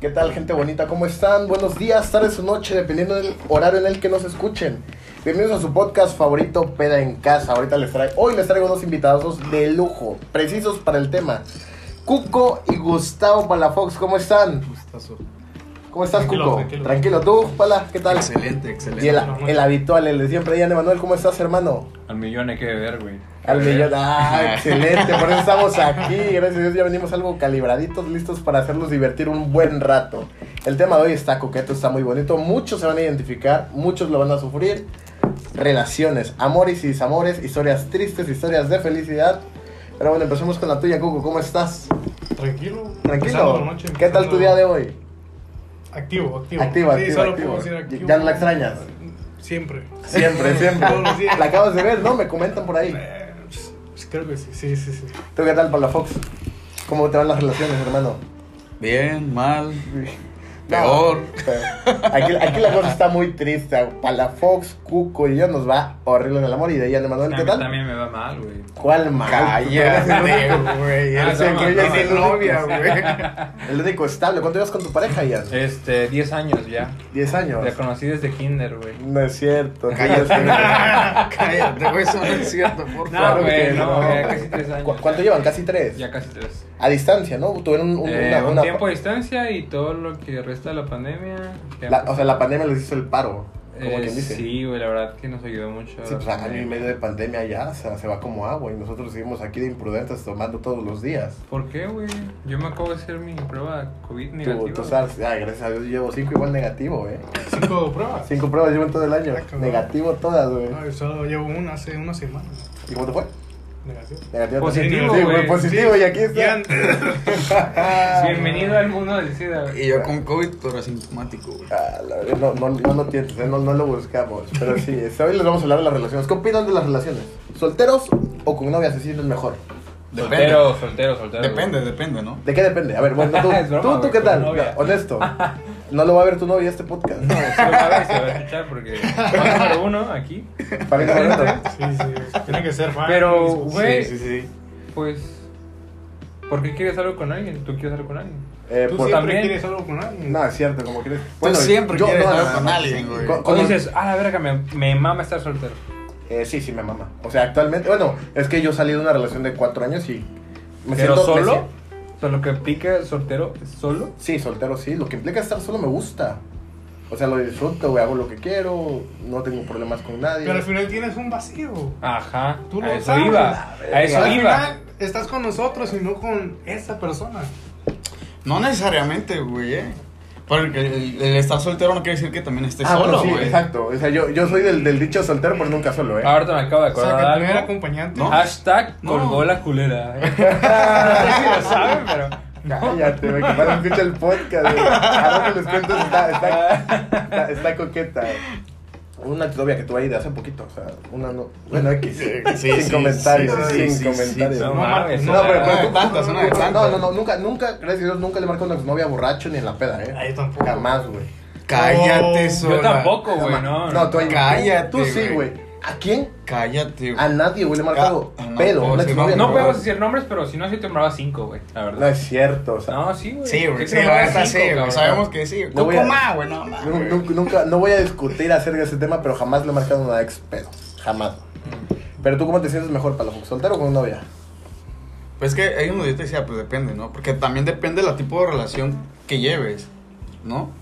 ¿Qué tal, gente bonita? ¿Cómo están? Buenos días, tardes o noche, dependiendo del horario en el que nos escuchen. Bienvenidos a su podcast favorito, Peda en Casa. Ahorita les traigo, hoy les traigo dos invitados de lujo, precisos para el tema. Cuco y Gustavo Palafox, ¿cómo están? Gustazo. ¿Cómo estás, Tranquilo, Cuco? tranquilo. tú, Pala, ¿qué tal? Excelente, excelente. Y el, el habitual, el de siempre, Ian Emanuel, ¿cómo estás, hermano? Al millón hay que beber, güey. Al millón, ah, excelente, por eso estamos aquí, gracias a Dios ya venimos algo calibraditos, listos para hacerlos divertir un buen rato. El tema de hoy está coqueto, está muy bonito, muchos se van a identificar, muchos lo van a sufrir. Relaciones, amores y desamores, historias tristes, historias de felicidad. Pero bueno, empecemos con la tuya, Cuco, ¿cómo estás? Tranquilo. Empezando Tranquilo. la noche, ¿Qué tal empezando- tu día de hoy? Activo, activo. Activo, sí, activo, solo activo. puedo decir activo. ¿Ya no la extrañas? Siempre. Siempre, siempre. Todos los días. La acabas de ver, ¿no? Me comentan por ahí. Eh, pues, creo que sí, sí, sí, sí. ¿Tú qué tal, Paula Fox? ¿Cómo te van las relaciones, hermano? Bien, mal. Peor. Aquí, aquí la cosa está muy triste. Palafox, Cuco y yo nos va horrible en el amor. Y de ahí, Manuel, ¿qué tal? También me va mal, güey. ¿Cuál mal? güey. Ah, Eres no, el no, que no, es no, no, novia, güey. El único estable. ¿Cuánto llevas con tu pareja, Ian? Este, 10 años ya. Diez La años. conocí desde kinder, güey. No es cierto. Ah, Cállate, güey, eso no es cierto, por No, favor. güey, que no, no. ya casi 3 años. ¿Cu- ¿Cuánto llevan? Casi tres. Ya casi 3. A distancia, ¿no? Tuvieron un, un- una- un una- tiempo a distancia y todo lo que resta de la pandemia. que la- antes- O sea, la pandemia les hizo el paro. Como Eh, quien dice. Sí, güey, la verdad que nos ayudó mucho. Sí, pues año y medio de pandemia ya, o sea, se va como agua y nosotros seguimos aquí de imprudentes tomando todos los días. ¿Por qué, güey? Yo me acabo de hacer mi prueba COVID Tú, negativa. tú sabes, ay, gracias a Dios yo llevo cinco igual negativo, eh. Cinco pruebas. Cinco pruebas llevo en todo el año. Ah, cabrón. Negativo todas, güey. Ah. No, yo solo llevo una hace una semana. ¿Y cómo te fue? Negativo. Negativo. Positivo, sí, güey. positivo y aquí está. Ah. Bienvenido al mundo del SIDA, güey. Y yo con COVID, pero asintomático, güey. Ah, la verdad, no, no, no, lo tienes, eh, no, no lo buscamos. Pero sí, este, hoy les vamos a hablar de las relaciones. ¿Qué opinan de las relaciones? ¿Solteros o con novias? Así es mejor. Soltero, soltero, soltero. güey. Depende, depende, ¿no? ¿De qué depende? A ver, bueno, tú, Es broma, tú, tú güey, ¿qué con tal? novia. Honesto. No lo va a ver tu novia este podcast. No, sí lo va a ver, se va a escuchar porque fan número uno aquí. Para que lo vean. Sí, sí. Tiene que ser fan. Pero, güey, Sí, sí, sí. pues. ¿Por qué quieres algo con alguien? ¿Tú quieres algo con alguien? Eh, Tú por- siempre también- quieres algo con alguien. No, es cierto, como quieres. Tú siempre yo- quieres no, hablar no, con no, alguien, sí, güey. con- O con- dices, ah, la verga, me, me mama estar soltero. eh, sí, sí, me mama. O sea, actualmente, bueno, es que yo salí de una relación de cuatro años y me Pero siento me solo. siento- O sea, lo que implica soltero es solo. sí, soltero, sí. Lo que implica estar solo me gusta. O sea, lo disfruto, güey, hago lo que quiero, no tengo problemas con nadie. Pero al final tienes un vacío. Ajá. Tú a lo eso sabes, iba. la A eso Al iba. final estás con nosotros y no con esa persona. No necesariamente, güey, eh. Porque el, el estar soltero no quiere decir que también estés ah, bueno, solo, sí, güey. exacto. O sea, yo, yo soy del, del dicho soltero, pero nunca solo, ¿eh? Ahorita me acabo de O sea, que acordar. tener algo. acompañante. No. Hashtag No. colgó la culera. No sé si lo saben, pero. Cállate, güey, que para escuchar el podcast, güey. Ahora que les cuento, está, está, está, está coqueta. Una novia que tuve ahí de hace poquito, o sea, una no. Bueno, X. Sí, sin sí, comentarios, sí, sin sí, sí, comentarios. sí, No no, mames. no, o sea, pero, una de pero tú- tantas, una de tantas. No, no, no, nunca, nunca, gracias a Dios, nunca le marco una novia borracho ni en la peda, ¿eh? Ahí tampoco. Jamás, güey. Cállate, Oh, yo sola. Yo tampoco, güey, Jamás. no. No, tú ahí. Cállate, Tú sí, güey. güey. ¿A quién? Cállate, A güey. nadie, güey, le he marcado Ah, no, pedo. no, una sí, exnovia, no, No güey. podemos decir nombres, pero si no, sí te nombraba cinco, güey. La No verdad. es cierto, o sea. No, sí, güey. Sí, güey, te sí, la nombraba verdad, sí, cinco, güey. cabrón. Sabemos que sí. No voy a- Coco más, güey, no más. Nu- Nunca, nunca- no voy a discutir acerca de ese tema, pero jamás le he marcado una ex pedo. Jamás. Mm. Pero tú, ¿cómo te sientes mejor, para Palafox? ¿Soltero o con novia? Pues es que ahí es donde yo te decía, pues depende, ¿no? Porque también depende del tipo de relación que lleves, ¿no?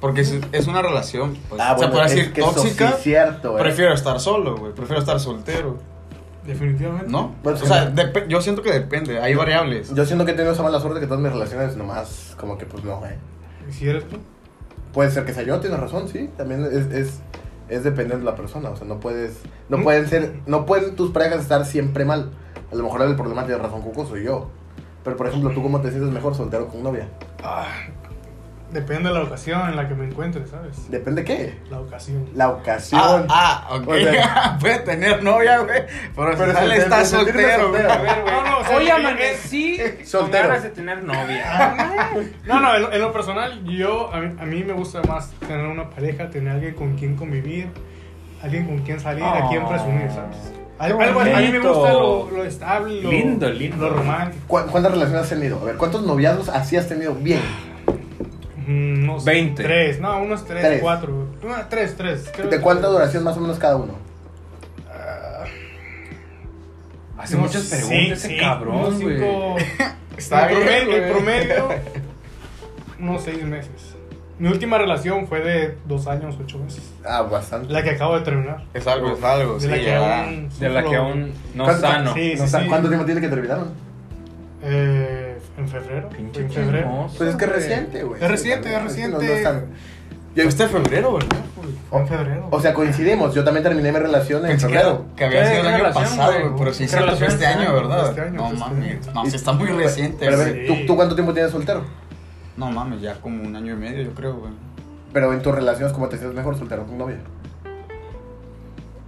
Porque es, es una relación, pues, Ah, se puede es decir que eso tóxica. sí es cierto, eh. güey. prefiero estar solo, güey. Prefiero estar soltero, Definitivamente. ¿no? Bueno, o sea, depe- yo siento que depende, hay variables. Yo siento que he tenido esa mala suerte que todas mis relaciones nomás, como que pues no, güey. ¿Y si eres tú? Puede ser que sea yo, tienes razón, sí. También es, es, es dependiente de la persona. O sea, no puedes. No ¿Mm? pueden ser. No pueden tus parejas estar siempre mal. A lo mejor el problema tiene razón, Cuco, soy yo. Pero por ejemplo, ¿tú cómo te sientes mejor soltero o con novia? Ah, depende de la ocasión en la que me encuentre, ¿sabes? Depende qué. La ocasión. La ocasión. Ah, ah, ok. O sea- Puede tener novia, güey. Pero, Pero al final se- se- está se- sentirme soltero, güey. soltero. No, no, o sea, Hoy que- amanecí con Soltero. ganas de tener novia. No, no, en lo, en lo personal, yo, a mí, a mí me gusta más tener una pareja, tener alguien con quien convivir, alguien con quien salir, a quien Oh. presumir, ¿sabes? Qué Algo- algo- a mí me bonito. gusta lo, lo estable, lo, Lindo, lindo. lo romántico. Ah. ¿Cu- ¿Cuántas relaciones has tenido? A ver, ¿cuántos noviazgos así has tenido bien? Mm, No sé. Veinte. Tres, no, unos tres, Tres. cuatro. No, tres, tres. creo ¿De que- cuánta duración más o menos cada uno? Hace No, muchas sí, preguntas ese sí, cabrón, unos güey. cinco- Está el bien, promedio, el güey. promedio, unos seis meses. Mi última relación fue de dos años, ocho meses. Ah, bastante. La que acabo de terminar. Es algo, es algo. Pues Sí, de la que ya. aún De la sufro. que aún no ¿Cuánto- sano. Sí, No sí, sé, sí. ¿Cuánto tiempo tiene que terminaron? Eh, en febrero. Pinche en febrero. chismoso, Pues es que es güey. reciente, güey. Es reciente, Sí, es también. reciente. No, Pues no es tan- Yo- Yo viste Este febrero, ¿verdad? Fue en febrero. o sea, coincidimos. Yo también terminé mi relación en Pensé que, febrero. que había ¿Qué sido el año relación, pasado, güey? güey, pero sí ¿Qué es cierto, fue relación este fue? año, ¿verdad? Este año, no fue este mames, año. no, sí está muy reciente. Pero, a güey. ver, ¿tú, tú cuánto tiempo tienes soltero? No mames, ya como un año y medio, yo creo, güey. Pero en tus relaciones, ¿cómo te sientes mejor soltero con novia?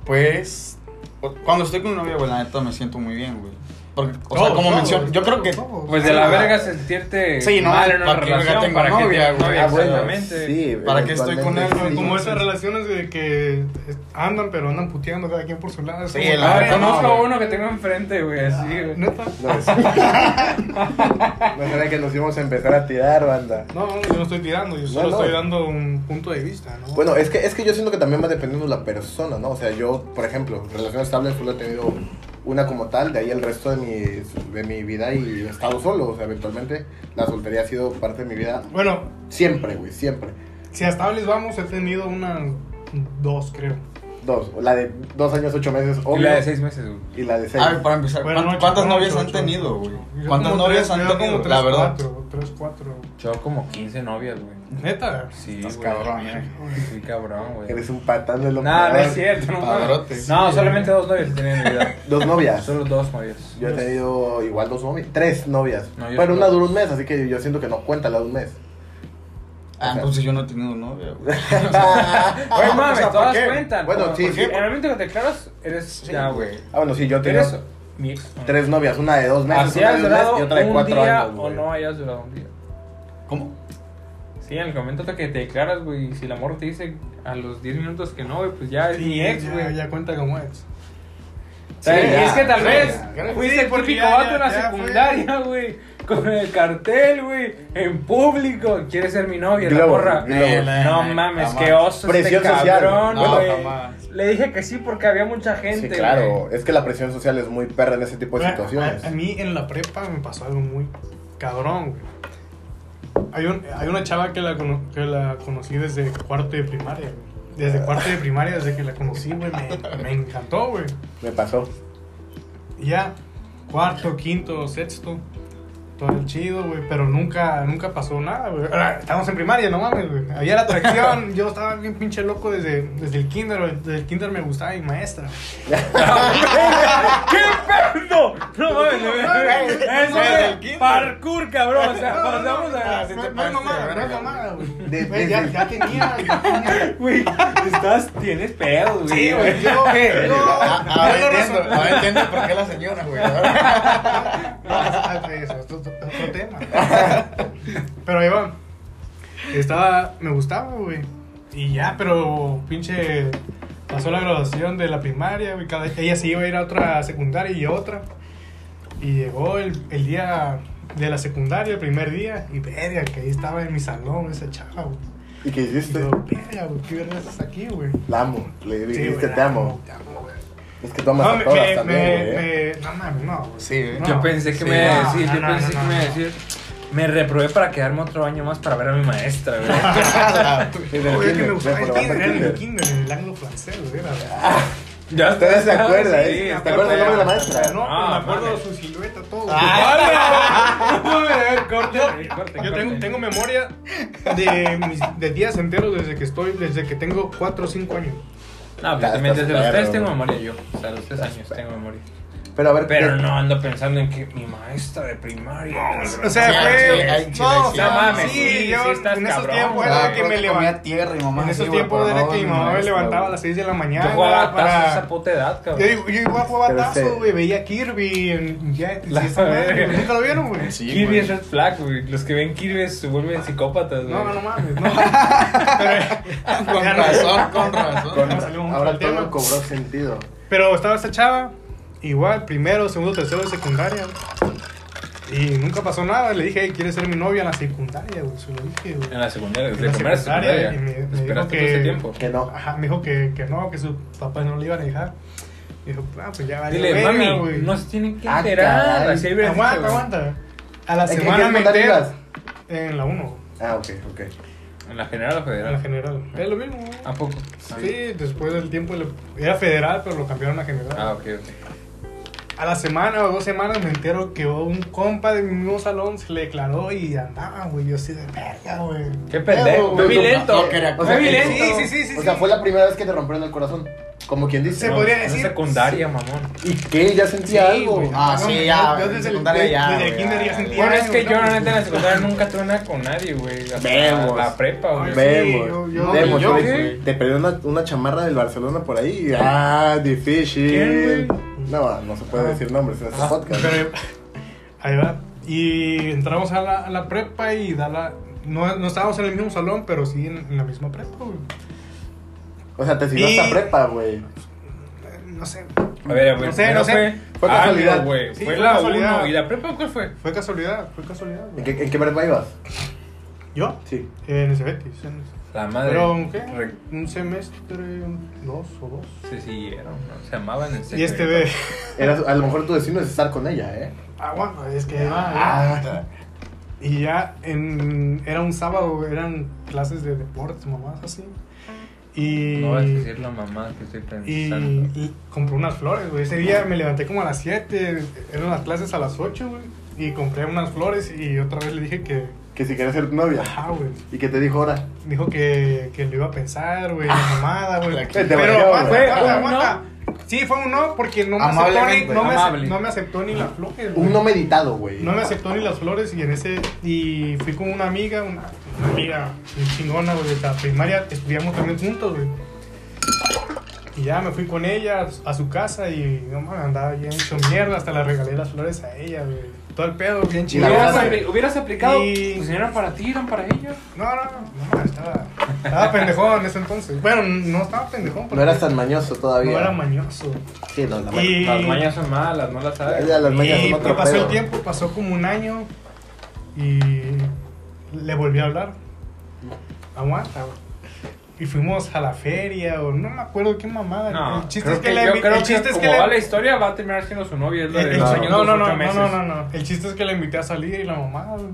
Pues, o- cuando estoy con mi novia, güey, la neta me siento muy bien, güey. Porque, o sea, Todos, como todos, mencioné, yo creo que... todos. Pues de la verga sentirte Sí, no, mal en una ¿para qué verga relación tengo para que novia, tengas güey? novia, Ah, bueno, exactamente. sí, ¿Para qué estoy con eventualmente él, güey? sí. Como esas relaciones de que andan, pero andan puteando cada quien por su lado. Es Sí, como- el- Ah, Ah, conozco no, a güey. Ah, uno que tengo enfrente, güey, así, güey. ¿Neta? No sé. No sabía que nos íbamos a empezar a tirar, banda. No, no, yo no estoy tirando, yo solo no. estoy dando un punto de vista, ¿no? Bueno, es que, es que yo siento que también va dependiendo de la persona, ¿no? O sea, yo, por ejemplo, relaciones estables solo he tenido una como tal, de ahí el resto de mi, de mi vida y he estado solo. O sea, eventualmente la soltería ha sido parte de mi vida Bueno, siempre, güey, siempre. si a estables vamos, he tenido unas dos, creo. Dos, la de dos años, ocho meses, Y obvio, la de seis Ah, meses, güey. y la de seis. A ver, para empezar, Bueno, ¿cuán- no, ¿cuántas ocho, novias ocho, han ocho. tenido, güey? Yo ¿Cuántas como novias tres, han yo tenido? como tres, la verdad. Cuatro, tres, cuatro. Yo como 15 novias, güey. Neta. Sí, Estás güey. cabrón, eh. Sí, cabrón, güey. Eres un patán de lo No, no peor. es cierto, no. Padrote. mames. No, solamente dos novias tenía en mi vida. Dos novias. Solo dos novias. Yo he tenido igual dos novias, tres novias. No, yo Pero solo- una duró un mes, así que yo siento que no cuenta la de un mes. Ah, entonces yo no he tenido novia, güey. Ah, Ah, Oye, mames, o sea, ¿por todas qué? cuentan. Bueno, Como- sí, porque sí. En el momento que te declaras, eres ya, güey. Ah, bueno, sí, yo he tenido Eres mi ex. tres novias, una de dos meses, Así una has de un mes durado y otra de un cuatro día años. o güey. no hayas durado un día. ¿Cómo? Sí, en el momento que te declaras, güey, si el amor te dice a los 10 minutos que no, güey, pues ya es mi ex, ya- güey. Ya cuenta como ex. O sea, Sí, ya, es que tal sí, vez ya. fuiste Sí, el porque típico ya- vato en la ya- ya fue. secundaria, güey, con el cartel, güey, en público. Quiere ser mi novia, la Globo, porra. globo. Eh, No mames, qué oso Presión este social. cabrón, No, güey. jamás. Le dije que sí porque había mucha gente, Sí, claro. güey. Es que la presión social es muy perra en ese tipo de Bueno, Pues situaciones. A, a mí en la prepa me pasó algo muy cabrón, güey. Hay, un- hay una chava que la, cono- que la conocí desde cuarto de primaria, güey. Ah. Desde cuarto de primaria, desde que la conocí, güey, me, me encantó, güey. Me pasó. Y ya, cuarto, quinto, sexto, todo chido, güey, pero nunca, nunca pasó nada, güey. Ahora, Estamos en primaria, no mames, güey. Había la atracción, yo estaba bien pinche loco desde, desde el kinder, güey. Desde el kinder me gustaba mi maestra. ¡Qué pedo! No mames, no Güey, mames. Eso desde el es kinder. parkour, cabrón. O sea, No, no, pasamos no, a. sí Ah, no, te no es mamada, pasaste, no es verga. mamada, güey. Ah, De- Güey, ya, desde- ya tenía, ya tenía. Güey, estás. Tienes pedo, güey. Sí, güey, yo- Eh, yo- Ah, Ahora Yo lo entiendo, resolví. ahora entiendo por qué la señora, güey. No, es- es- es otro, otro tema. Pero ahí va. Estaba, me gustaba, güey. Y ya, pero pinche. Pasó la graduación de la primaria, güey. cada- ella se iba a ir a otra secundaria y a otra. Y llegó el, el día de la secundaria, el primer día. Y verga, que ahí estaba en mi salón esa chava, güey. ¿Y qué Y hiciste? yo, verga, güey, ¿qué verga estás aquí, güey? La amo. Le Sí, dijiste, güey, te la amo. Te amo, güey. Es que tú amas No, a Ah, me, todas me- también, me- güey. ¿eh? me- no mames, no, güey. Sí, güey. No. Yo pensé que Sí, me iba a decir, no, yo no, pensé no, que me iba a no. decir. Me reprobé para quedarme otro año más para ver a mi maestra, güey. Desde el Oye, que kinder, me gustaba me el formaste kinder, era kinder. el kinder, el anglo francés, güey. era- Ya Ustedes se acuerdan, sí, ¿eh? está ¿Te acuerdas del feo. nombre de la maestra? No, Ah, me acuerdo de mames. su silueta, todo. güey. ¡Hala! No, güey, a ver, Ah, corte, güey, corte, Yo tengo, corte. tengo memoria de, mis, de días enteros desde que estoy, desde que tengo 4 o 5 años. No, pues yo también desde los Estás tres perro, tengo güey. memoria yo. O sea, a los tres años tengo memoria. Pero a ver, Pero ¿qué- no ando pensando en que mi maestra de primaria. O sea, Sí, sí, ahí fue. sí, ahí no, o sí. sea, No mames, sí, sí, yo sí estás en esos cabrón, tiempos güey. Ah, era que me creo comía levantaba. tierra y mamá. En sí, esos güey, tiempos pero era no, que mi mamá me maestra, levantaba a güey. las 6 de la mañana. Yo jugaba para- a esa puta edad, Yo cabrón. digo, yo igual jugaba Pero batazo, este- güey. Veía Kirby en. Ya, este, La sí, esa madre, verga. güey, ¿Nunca lo vieron, güey? Sí, Kirby güey. es red flag, güey. Los que ven Kirby se vuelven psicópatas, güey. No, no mames, no. Con razón, con razón. con- me salió mucho ahora el todo tema. cobró sentido. Pero estaba esa chava, igual, primero, segundo, tercero de secundaria. güey. Y nunca pasó nada. Le dije, "Ey, ¿quieres ser mi novia en la secundaria, güey? Se lo dije, güey. En la secundaria, En desde la primera secundaria, secundaria. y me- me dijo Esperaste todo que- ese tiempo. Que no. Ajá, me dijo que, que no, que sus papás no le iban a dejar. Dijo, ah, pues ya valió Dile, verga, mami, güey". no se tienen que Ah, enterar. caray. Así hubieras dicho, Aguanta, güey. aguanta. A la ¿En qué- semana qué me secundaria entero ibas? en la 1, Ah, ok, ok. En la general o en la federal. general. Es lo mismo, güey. ¿A poco? Ah, Sí, después del tiempo le- era federal, pero lo cambiaron a general. Ah, ok, ok. A la semana o dos semanas me entero que un compa de mi mismo salón se le declaró y andaba, güey. Yo así de verga, güey. Qué pendejo. Pero, Muy no, violento. no quería- O Muy sea, Muy violento. sí, sí, sí, sí, O sea, sí. fue la primera vez que te rompieron el corazón. Como quien dice. Se podría en la decir- secundaria, mamón. ¿Y qué? ¿Ya sentía Sí, algo? güey. Ah, Ah, No, sí, yo- ya. yo en desde el- secundaria ya, desde el güey, kinder ya ya, sentía- ya. Bueno, es que no, yo no. la neta en la secundaria nunca tuve nada con nadie, güey. Hasta Vemos. La prepa, Ve- güey. Vemos, yo- yo- vemos. yo, güey. güey. te perdió una, una chamarra del Barcelona por ahí. Ah, difícil. ¿Quién, No, no se puede Ah. decir nombres en este Ah, podcast. Pero ahí va. Y entramos a la, a la prepa y da la. No, no estábamos en el mismo salón, pero sí en, en la misma prepa, güey. O sea, te siguió Y- hasta prepa, güey. Eh, No sé. A ver, a ver. No sé, primero no sé. Fue, Fue casualidad. algo, güey. Sí, fue fue la casualidad. 1. ¿Y la prepa cuál fue? Fue casualidad, fue casualidad, ¿En güey. qué, en qué prepa ibas? ¿Yo? Sí. En ese Betis. en ese- La madre. Pero, ¿qué? Re- Un semestre, un- dos o dos. Se siguieron, ¿no? se amaban en Y este de. Eras, a lo mejor tu destino es estar con ella, ¿eh? Ah, bueno, es que ahí va, ahí va. Ah, Y ya en, era un sábado, eran clases de deportes, mamás así. Y. No vas a decir la mamá que estoy Y, pensando. y compré unas flores, güey. Ese día me levanté como a las 7, eran las clases a las 8, güey. Y compré unas flores y otra vez le dije que. que si querías ser tu novia. Ajá, güey. ¿Y qué te dijo ahora? Dijo que, que lo iba a pensar, güey. la mamada, güey. la que- Pero te valió, aguanta, güey. aguanta, Ah, ¿Fue un aguanta. Sí, fue un no porque no me, aceptó ni, Amablemente, no, me amable. ace- no me aceptó ni las flores. güey. Un no meditado, güey. No me aceptó ni las flores y en ese y fui con una amiga, una, una amiga bien chingona, güey, de la primaria, estudiamos también juntos, güey. Y ya me fui con ella a su- a su casa y no mames, andaba bien hecho mierda, hasta le regalé las flores a ella, güey. Todo el pedo, bien Y la chingón. ¿Hubieras, verdad, güey. apli- hubieras aplicado, Y- pues si eran para ti, eran para ella. No, no, no, no, estaba, estaba pendejón en ese entonces. Bueno, no estaba pendejón. No porque eras tan mañoso todavía. No era mañoso. Sí, no, la ma- Y- Las mañas son malas, no las sabes. Ya las mañas Y son otro pasó el pedo. tiempo, pasó como un año y le volví a hablar. Aguanta, güey. Y fuimos a la feria o no me acuerdo qué mamada. No, el chiste creo es que, que le yo invi- creo el chiste que es como que le- va la historia, va a terminar siendo su novia. Es la el- de el- los no, años no, de no, los no, ocho no, meses. no, no, no. El chiste es que la invité a salir y la mamada. güey.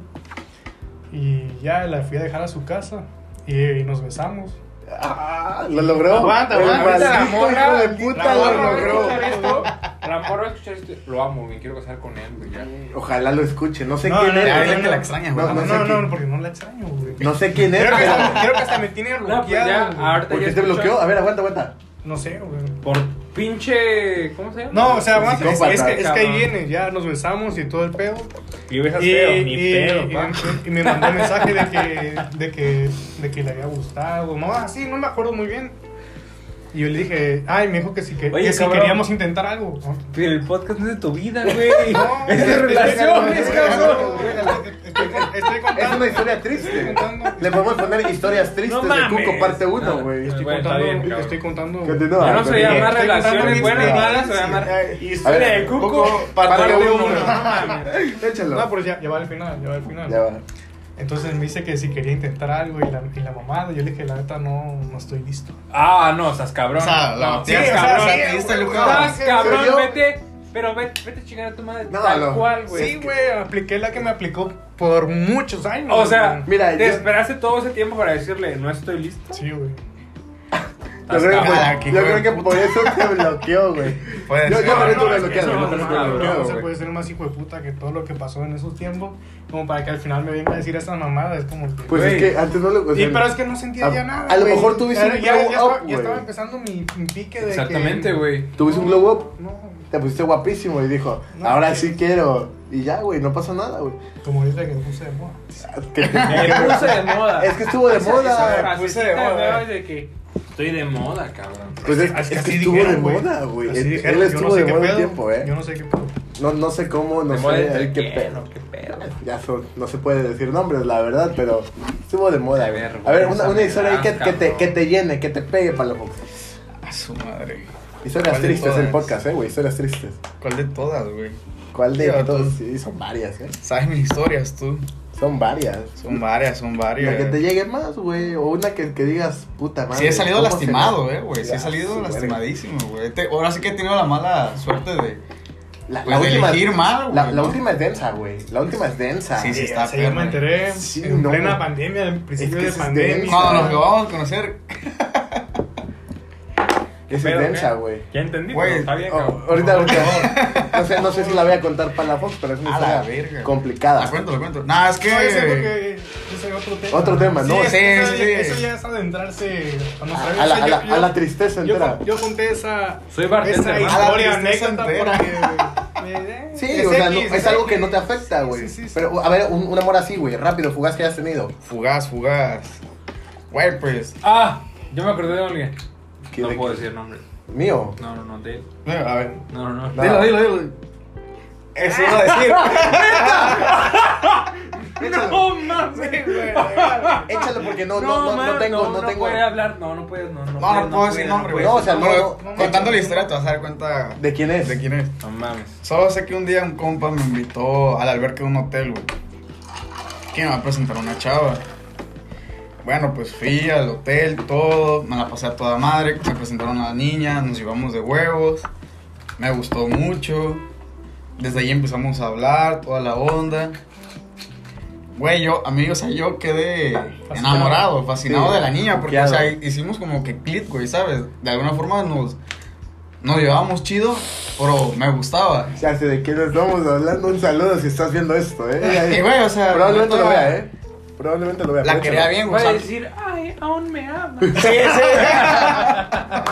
Y ya la fui a dejar a su casa y, y nos besamos. Ah, lo logró. Aguanta, El aguanta, maldito la morra, hijo de puta La morra va lo a logró. escuchar esto, La morra va a escuchar esto. Lo amo, me quiero casar con él, güey. ya. Ojalá lo escuche. No sé No, quién no, es. no, dile no, que la no. No, extrañas, güey. No, no, sé no, quién- porque no la extraño, güey. No sé quién es, Creo que, pero. hasta, creo que hasta me tiene pues ya, bloqueado. güey. ahorita- ¿Por qué ya te escucha- bloqueó? A ver, aguanta, aguanta. No sé, güey. Por pinche. ¿Cómo se llama? No, o sea, aguanta, es, Psicópata, es que, es que ahí cabrón. viene, ya nos besamos y todo el pedo. Y besas Y, feo, ni y- pedo, y- pa. y me mandó un mensaje de que, de que, de que le había gustado, no, así, no me acuerdo muy bien. Y yo le dije, ay, me dijo que si, que, Oye, que si cabrón. queríamos intentar algo. ¿no? Pero el podcast no es de tu vida, güey. No, es de estoy- relaciones, estoy- cabrón. Estoy, estoy contando. Es una historia triste. Estoy contando. Le podemos poner historias tristes de mames. Cuco parte No, 1, güey. no, Estoy Bueno, está contando. bien, cabrón. estoy contando. Continúa. Yo no sé continúa. llamar Estoy contando relaciones mi buenas, historia. malas, se llama A historia ver, de Cuco. Cuco, parte uno. No mames. Échalo. No, pero ya, ya va al final, ya va al final. Ya va. Entonces me dice que si quería intentar algo y la, y la mamada. Yo le dije, la neta, no, no estoy listo. Ah, no, estás cabrón. O sea, la No, bateas, sí, o sea, cabrón, sí, te diste güey, el no, lugar. Estás cabrón, yo- vete. Pero vete, vete a chingar a tu madre. No, tal no. cual, güey. sí, güey, apliqué la que me aplicó por muchos años. O sea, Mira, te yo- esperaste todo ese tiempo para decirle, no estoy listo. güey. Sí, güey. Yo Estás creo que, cabrón. Ah, qué yo hijo de creo que por eso te bloqueó, güey. Puede Yo, ser. yo también no, tuve es que bloqueado. yo eso no, también no, tuve no, bloqueado, No se güey. puede ser más hijo de puta que todo lo que pasó en esos tiempos. Como para que al final me venga a decir esa mamada. Es como que. Pues Güey. es que antes no lo. o Y, sea, pero es que no sentía a- ya nada. a lo güey. mejor tuviste Ya- un ya, ya, glow estaba- up, ya estaba güey. empezando mi, mi pique de. que- Exactamente, güey. Tuviste un glow up, No, te pusiste guapísimo y dijo, No, ahora güey. sí quiero. Y ya, güey, no pasa nada, güey. como ahorita que me puse de moda. Que- Me puse de moda. Es que estuvo de Esa- moda. esa Me puse frasecita de moda. nueva es de que estoy de moda, cabrón. Pues es, es que estuvo de moda, güey. Así Él dijeron, él yo estuvo no sé de qué moda un pedo, tiempo, Yo ¿eh? no sé qué pedo. No, no sé cómo, no de moda sé entre ahí qué pedo. qué pedo. Ya son- no se puede decir nombres, la verdad, pero estuvo de moda, Qué güey. vergüenza A ver, una, una me historia ahí das, que, que te, cabrón. que te llene, que te pegue, Palomo. A su madre. Historias ¿Cuál de tristes el todas? podcast, eh, güey. Historias tristes. ¿Cuál de todas, güey? ¿Cuál de Sí, vato. todos? Sí, son varias, ¿eh? Sabes mis historias, tú. Son varias. Son varias, son varias. La que te llegue más, güey. O una que, que digas, puta madre. Sí, he salido ¿cómo lastimado, se me- eh, güey. Sí, Ya, he salido su verga. lastimadísimo, güey. Te- Ahora sí que he tenido la mala suerte de, La, pues, la de última, elegir mal, güey. la, la ¿no? última es densa, güey. La última es densa. Sí, sí, Sí, está o sea, yo Eh, me perro, enteré Sí, en no, plena güey. pandemia, en principio que de se pandemia. esté- Cuando nos vamos a conocer, Esa es Pero, ¿qué? densa, güey. Ya entendí, Güey, pero está bien, Oh, cabrón. ahorita, ahorita. No sé, no sé si la voy a contar para la Fox, pero es una A la historia verga. complicada. la cuento, la cuento. Ah, Nah, es que. No, ese creo que ese es otro tema. Otro tema, ¿no? Sí, Sí, eso, sí. Eso ya es adentrarse a A, nuestra a la, a vida. O sea, la- pues, yo- yo- a la tristeza yo, entera. con- yo conté esa, Soy bartender, esa ¿no? historia, A la tristeza anécdota, porque me- Sí, es o sea, no- X, es algo que no te X. afecta, Sí, güey. sí, sí, sí. Pero, a ver, un, un amor así, güey, rápido, fugaz que hayas tenido. Fugaz, fugaz. Güey, pues. Ah, yo me acordé de alguien. ¿Qué- No de puedo qué? decir nombre. Mío. No, no, no, de él. eh, A ver. No, no, no. No. Dilo, dilo, dilo. Eso iba a decir. No mames. Échalo porque no, no, no, no mames, tengo, no, no tengo. puede hablar, no, no puedes, no, no, No, no puedo decir puedes, nombre, güey. puedes. No, o sea, no, Pero no. Contando la historia te vas a dar cuenta ¿De quién es? de quién es. No mames. Solo sé que un día un compa me invitó al albergue de un hotel, güey. Que me va a presentar una chava. Bueno, pues fui al hotel, todo. Me la pasé a toda madre. Me presentaron a la niña, nos llevamos de huevos. Me gustó mucho. Desde ahí empezamos a hablar, toda la onda. Güey, yo, amigo, o sea, yo quedé enamorado, fascinado Sí, de la niña, porque, o sea, bloqueado. hicimos como que clip, güey, ¿sabes? De alguna forma nos, nos llevábamos chido, pero me gustaba. Ya sé de quién estamos hablando. Un saludo si estás viendo esto, eh. Y güey, o sea, Probablemente neta, lo vea, eh. Probablemente lo vea. La aprovechalo. quería bien, güey. o Voy sea, a decir, ay, aún me ama.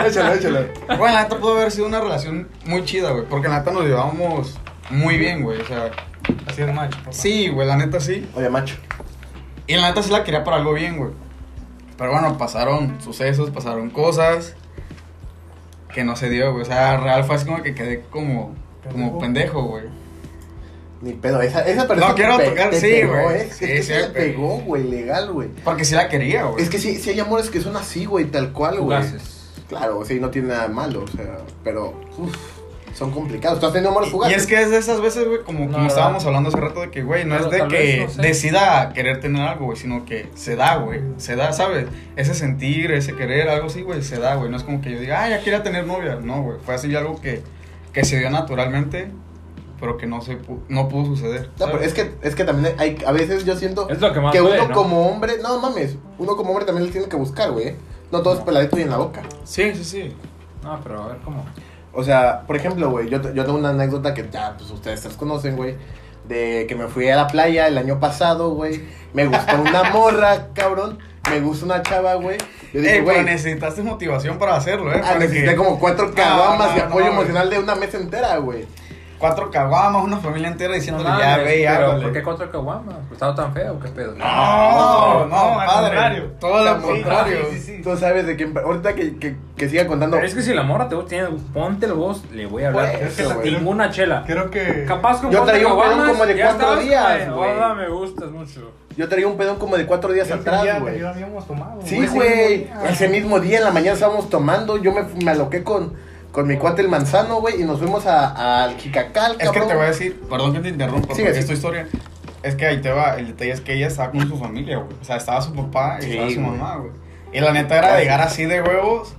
Échalo, échalo. Bueno, la neta pudo haber sido una relación muy chida, güey. Porque la neta nos llevábamos muy bien, güey. O sea, Así es, macho. papá. sí, güey, la neta sí. Oye, macho. Y la neta sí la quería para algo bien, güey. Pero bueno, pasaron sucesos, pasaron cosas que no se dio, güey. O sea, real fue así como que quedé como, como pendejo, güey. Ni pedo. Esa, esa persona. No quiero te pe- tocar, te sí, pegó, güey. eh. Es Sí, Pues que sí, sí le pe- pegó, güey, legal, güey. Porque sí la quería, güey. Es que sí, sí hay amores que son así, güey, tal cual, güey. Fugaces. Claro, sí, no tiene nada de malo, o sea, pero uf, son complicados. ¿Tú has tenido amores Y fugaces? es que es de esas veces, güey, como, No, como estábamos ¿verdad? hablando hace rato, de que, güey, no Pero es de tal que vez, no sé. decida querer tener algo, güey, sino que se da, güey. Se da, ¿sabes? Ese sentir, ese querer, algo así, güey, se da, güey. No es como que yo diga, ah, ya quería tener novia. No, güey. Fue así algo que, que se dio naturalmente, pero que no, se pu- no pudo suceder. No, pero es que, es que también hay, a veces yo siento Es lo que más que duele, uno ¿no? como hombre, no mames, uno como hombre también le tiene que buscar, güey. ¿eh? No todo es peladito y en la boca. Sí, sí, sí. No, pero a ver cómo. O sea, por ejemplo, güey, yo, te- yo tengo una anécdota que ya, pues ustedes las conocen, güey. De que me fui a la playa el año pasado, güey. Me gustó una morra, cabrón. Me gusta una chava, güey. Yo Ey, dije, pero güey, necesitaste motivación para hacerlo, ¿eh? ah, Porque necesité como cuatro No, caguamas no, de no, apoyo güey. emocional de una mesa entera, güey. Cuatro caguamas, una familia entera diciéndole, mames, ya, güey, ya, pero güey". ¿por qué cuatro caguamas? Pues ¿Estaba tan feo? ¿Qué pedo? No, no, No, al padre. contrario. Todo lo Sí, contrario. sí, sí, sí. Tú sabes de quién. Ahorita que, que, que siga contando. Pero es que si la morra te tiene, ponte el voz, le voy a hablar. Pues, Es que la- güey. Ninguna chela. Creo que. Capaz con Yo cuatro traía un caguamas, pelón como de ya cuatro estabas días, como de, güey. "Hola, me gustas mucho. Yo traía un pedón como de cuatro días ya atrás, tenía- güey. ya habíamos tomado. Sí, güey. Ese mismo día en la mañana estábamos tomando. Yo me, me aloqué con, con mi cuate el manzano, güey. Y nos fuimos a- al Jicacal, Es que cabrón. te voy a decir, perdón que te interrumpa, Sigue, sigue. porque es tu historia. Es que ahí te va, el detalle es que ella estaba con su familia, güey. O sea, estaba su papá y Sí, estaba su güey. mamá, güey. Y la neta era llegar así de huevos,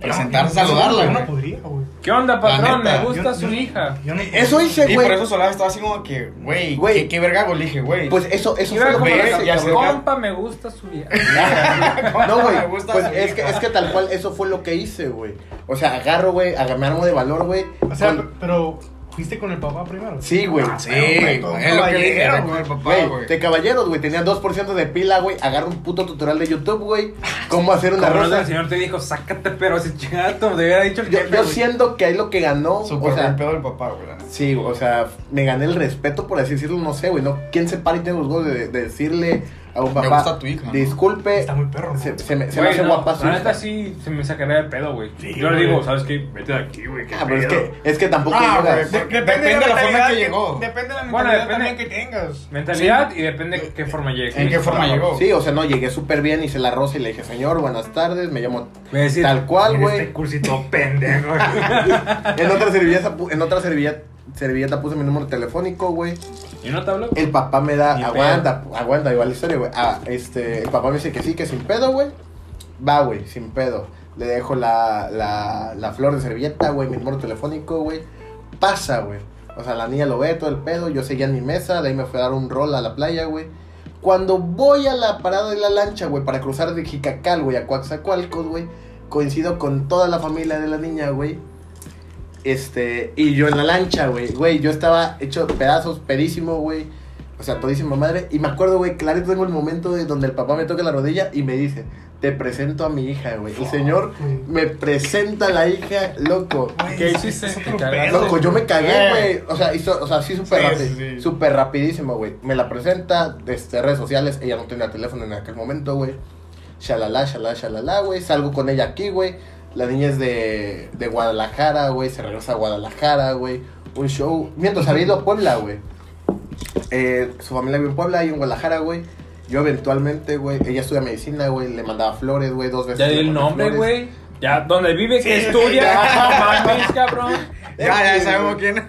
presentar, saludarla, Yo no güey. podría, güey. ¿Qué onda, patrón? neta, Me gusta Yo- su yo- hija. yo no- Eso hice, Y güey. por eso Solá estaba así como que, güey, Güey. ¿qué, qué verga güey, le dije, güey. Pues eso, eso Y fue era lo como que Ve, me la hice, ya se- cabrón. compa, me gusta su hija. No, güey. Me gusta Pues su es hija. que, es que tal cual, eso fue lo que hice, güey. O sea, agarro, güey, aga- me armo de valor, güey. O sea, con- pero fuiste con el papá primero. sí, güey. Ah, sí, güey, güey, todo es lo que le dije, caballero, era con el papá, Güey, güey. de caballeros, güey, tenía 2% de pila, güey. Agarra un puto tutorial de YouTube, güey. Ah, Cómo hacer una Como no, rosa. el señor te dijo, sácate, pero si chingato, te hubiera dicho el Yo, jefe, yo güey. siento que ahí lo que ganó, Súper o sea, buen pedo el papá, güey. la neta. sí, o sea, me gané el respeto, por así decirlo, no sé, güey, no, ¿quién se para y tiene los huevos de, de decirle a un Me papá. gusta tu hija, ¿no? Disculpe. Está muy perro, ¿no? Se, se me, se me Güey, hace no, guapa su La neta hija. sí se me sacaría de pedo, güey. Sí, Yo le güey. digo, ¿sabes qué? Vete de aquí, güey. qué Ah, pero es pedo". que, es que tampoco. Ah, llegas. güey, Depende de la forma mentalidad que llegó. Depende de la mentalidad Bueno, depende- también que tengas. Mentalidad y depende de qué forma llegue. ¿En qué forma llegó? Sí, o sea, no, llegué súper bien, hice la rosa y le dije, señor, buenas tardes, me llamo Voy a decir, tal cual, Mira güey. Este cursito pendejo. En otra servilleta, pu- en otra servilleta, servilleta puse mi número telefónico, güey. ¿Y no te hablo? El papá me da, Ni aguanta, aguanta, igual la historia, güey. Ah, este, el papá me dice que sí, que sin pedo, güey. Va, güey, sin pedo. Le dejo la, la, la flor de servilleta, güey, mi número telefónico, güey. Pasa, güey. O sea, la niña lo ve, todo el pedo. Yo seguía en mi mesa, de ahí me fue a dar un rol a la playa, güey. Cuando voy a la parada de la lancha, güey, para cruzar de Jicacal, güey, a Coaxacualcos, güey, coincido con toda la familia de la niña, güey. Este, y yo en la lancha, güey, güey, yo estaba hecho pedazos, pedísimo, güey. O sea, todísima madre. Y me acuerdo, güey, clarito tengo el momento de donde el papá me toca la rodilla y me dice, te presento a mi hija, güey. El señor me presenta a la hija, loco. ¿Qué hiciste? Es Te otro cagaste. pedo. Loco, yo me Eh. cagué, güey. O sea, hizo, o sea, sí, súper Sí, rápido. sí, sí. Súper rapidísimo, güey. Me la presenta, este, redes sociales. Ella no tenía teléfono en aquel momento, güey. Shalala, shalala, shalala, güey. Salgo con ella aquí, güey. La niña es de, de Guadalajara, güey. Se regresa a Guadalajara, güey. Un show. Mientras había ido a Puebla, güey. Eh, su familia vive en Puebla y en Guadalajara, güey. Yo eventualmente, güey, ella estudia medicina, güey, le mandaba flores, güey, dos veces. Ya di le el mandé nombre, flores. güey. Ya, donde vive, que Sí, estudia. ya. No mames, cabrón. eh, Ya, ya X, sabemos güey. quién.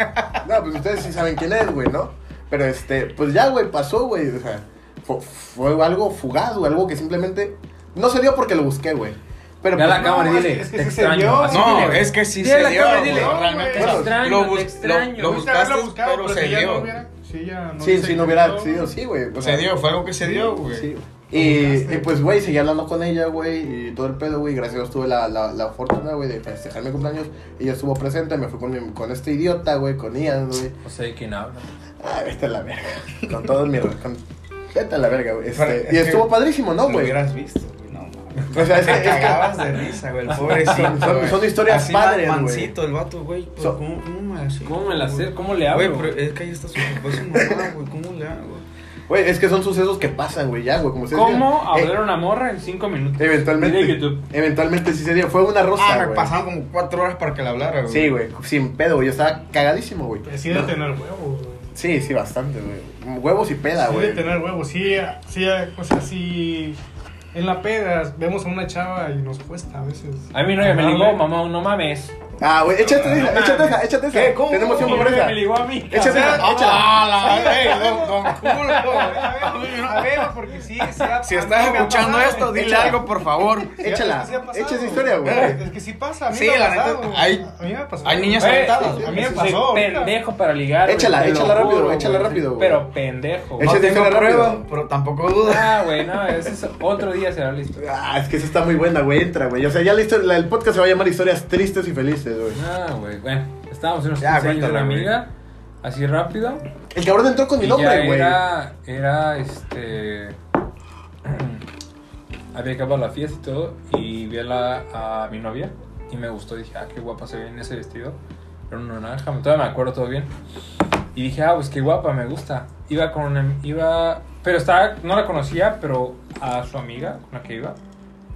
No, pues ustedes sí saben quién es, güey, ¿no? Pero este, pues ya, güey, pasó, güey. O sea, fue, fue algo fugaz, güey, algo que simplemente no se dio porque lo busqué, güey. Pero Ve a pues, la no, cámara y es- dile. es que te se extraño. dio. Así No, dile. es que sí Dile a se la dio. cámara, güey, dile, "No, Realmente güey, sí. te extraño, Lo te bus- extraño". Lo, lo Pudiste haberla buscaste, buscado, pero se si ya no dio. hubiera- si ya no Sí, se sí, no hubiera encontró. sido, sí, güey. o sea, Se dio, fue algo que se dio, güey. Sí. Y, y pues, güey, seguí hablando con ella, güey, y todo el pedo, güey. Gracias a Dios tuve la, la, la fortuna, güey, de festejar mi cumpleaños. Ella estuvo presente, me fui con, mi- con este idiota, güey, con Ian, güey. No sé de quién habla. Ay, vete a la verga. Con todo mi. Con... Vete a la verga, güey. Este, Pero es y que estuvo padrísimo, ¿no, Lo güey? hubieras visto, güey, no mames. O sea, es que- Te es que- cagabas de risa, güey, el pobrecito. Son- son- güey. son historias Así padres, man- güey. mansito el vato, güey. pues, Son- ¿cómo, ¿Cómo me la sé? ¿Cómo me la sé? güey? ¿Cómo le Güey, hablo? pero es que ahí está su papá, su mamá, güey. ¿Cómo le hago? Güey, es que son sucesos que pasan, güey, ya, güey. Como ustedes ¿Cómo vieron. hablar a una morra en 5 minutos? Eh, Mira eventualmente. YouTube. Eventualmente sí sería. Fue una rosa, Ah, me güey. pasaron como cuatro horas para que le hablara, güey. Sí, güey, sin pedo, güey. Yo estaba cagadísimo, güey. eh, Pues Sí de tener huevos, güey. Sí, sí, bastante, güey. Huevos y peda, Sí de Ah, güey. tener huevos. Sí, sí, o sea, si en la peda vemos a una chava y nos cuesta a veces. A mí no, ya me hablarle. ligó, mamá, no mames. Ah, güey, échate esa, échate esa, échate esa. ¿Qué? ¿Cómo? Tenemos tiempo Mi novia para me esa. ligó a mí. Échate O sea, esa, échala. ¡Ah, la verga! Don, don A culo. ver, a ver, porque sí, se ha- Si a mí estás me ha escuchando pasado. esto, dile Échala. algo, por favor. Échala. Sí ha pasado. Echa esa historia, güey. Es que sí pasa, a mí Sí, me ha la neta, pasado, güey. hay- a mí me ha pasado. hay niñas Güey, aventadas, güey. a mí me Eso pasó. sí, ahorita. pendejo para ligar. güey, Échala, te lo échala rápido, juro, échala güey. rápido, güey. Pero pendejo. güey. Échate No tengo historia rápido. prueba, pero tampoco duda. Ah, güey, no, ese es otro día será listo. Ah, es que esa está muy buena, güey. Entra, güey. O sea, ya la historia, la- el podcast se va a llamar Historias Tristes y Felices, güey. Ah, güey, bueno, estábamos en los Ya, 15 años de una cuéntala, güey. amiga, así rápido. El cabrón entró con mi y nombre, ya güey. Era, era este. Había acabado la fiesta y todo, y vi a, la, a mi novia, y me gustó. Dije, ah, qué guapa se ve en ese vestido. Era un naranja, todavía me acuerdo todo bien. Y dije, ah, pues qué guapa, me gusta. Iba con una- iba, pero estaba, no la conocía, pero a su amiga con la que iba,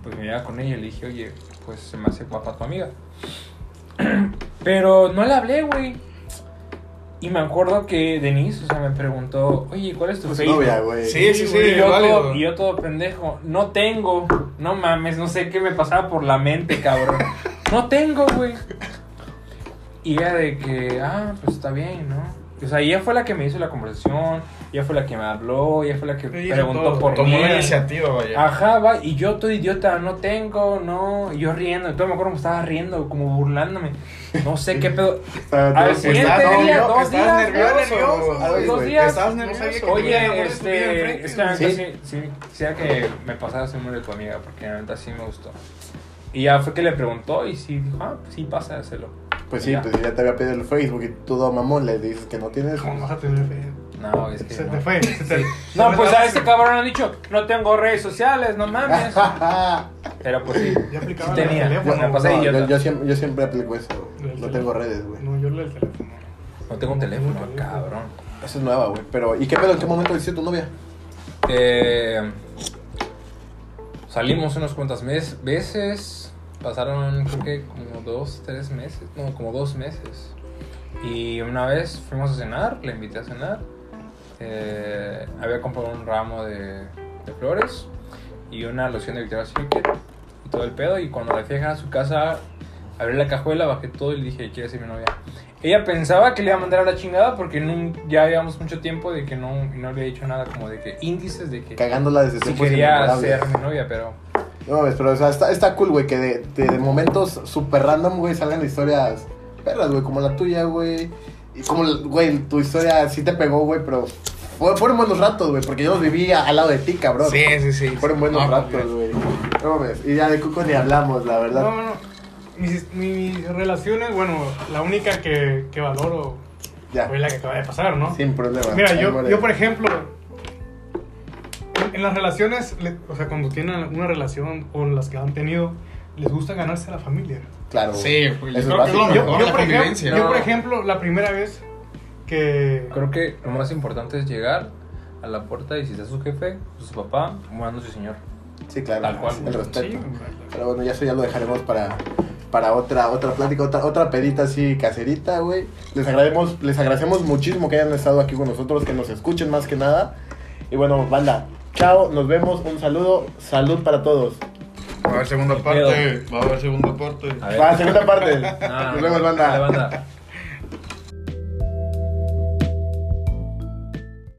pues me iba con ella y le dije, oye, pues se me hace guapa tu amiga. Pero no le hablé, güey. Y me acuerdo que Denise, o sea, me preguntó, oye, ¿cuál es tu Pues Facebook? novia, güey. Sí, sí, sí, y, yo válido. todo, y yo todo pendejo, no tengo, no mames, no sé qué me pasaba por la mente, cabrón. No tengo, güey. Y ella de que, ah, pues está bien, ¿no? O sea, ella fue la que me hizo la conversación, ella fue la que me habló, ella fue la que Ella hizo preguntó todo, por Tomó mí. la iniciativa, vaya. Ajá, va, y yo todo idiota, no tengo, no, y yo riendo, todo me acuerdo que me estaba riendo, como burlándome, no sé qué pedo. Está- Al está- siguiente Ah, Estás día, nervio- dos estás días, nervioso, güey. güey, dos güey, días, Estabas No sabía nervioso. que tenía Oye, amor de tu vida este, enfrente, es que la neta güey. sí, sí, quisiera que me pasaras el número de tu amiga, porque la neta sí me gustó. Y ya fue que le preguntó y sí dijo, ah, pues sí, pásaselo. Pues sí, pues ya te había pedido el Facebook y tú todo mamón le dices que no tienes. ¿Cómo vas a tener fe? No, es que Se no. te fue. se te- se No, me pues fue. a este cabrón han dicho, no tengo redes sociales, no mames. Pero pues sí. Yo aplicaba Sí el tenía. teléfono. Bueno, güey. pasé No, idiota. yo, yo siempre, yo siempre aplico eso. güey. El No teléfono. tengo redes, güey. No, yo lo del teléfono. No tengo un No tengo teléfono, teléfono. cabrón. Eso es nueva, güey. Pero, ¿y qué pedo? ¿En qué momento hiciste tu novia? Eh, salimos unas cuantas mes- veces. Pasaron, creo que como dos, tres meses. No, como dos meses. Y una vez fuimos a cenar, le invité a cenar. Eh, había comprado un ramo de, de flores y una loción de Victoria's Secret y todo el pedo. Y cuando la fui a dejar a su casa, abrí la cajuela, bajé todo y le dije, ¿quieres ser mi novia? Ella pensaba que le iba a mandar a la chingada porque nun- ya llevamos mucho tiempo de que no, no había dicho nada como de que índices de que Cagándola desde sí tiempos quería inmemorables. ser mi novia, pero No mames, pero o sea, está, está cool, güey, que de, de- de momentos super random, güey, salgan historias perras, güey, como la tuya, güey. Y como, güey, tu historia sí te pegó, güey, pero fue- fueron buenos ratos, güey, porque yo los viví a- al lado de ti, cabrón. Sí, sí, sí. Fueron buenos No, ratos, güey. No mames, y ya de Cuco ni hablamos, la verdad. No, no. Mis, mis relaciones, bueno, la única que, que valoro ya, fue la que acaba de pasar, ¿no? sin problema. Mira, Ahí yo, muere. yo por ejemplo, en, en las relaciones, le- o sea, cuando tienen una relación o las que han tenido, les gusta ganarse a la familia. Claro, güey. Sí, pues, yo Eso creo que es es lo básico. mejor, Yo- la por convivencia. ejemplo, yo, por ejemplo, la primera vez que... creo que lo más importante es llegar a la puerta y si está su jefe, pues su papá, buenas noches señor. Sí, claro. Tal cual, El güey. respeto. Sí, Pero bueno, ya eso ya lo dejaremos para, para otra, otra plática, otra, otra pedita así caserita, güey. Les agradecemos, les agradecemos muchísimo que hayan estado aquí con nosotros, que nos escuchen más que nada. Y bueno, banda, chao, nos vemos, un saludo, salud para todos. Va a haber segunda Ni parte. pedo. Va a haber segunda parte. A Va, segunda parte. Ah, nos vemos, banda. dale, banda.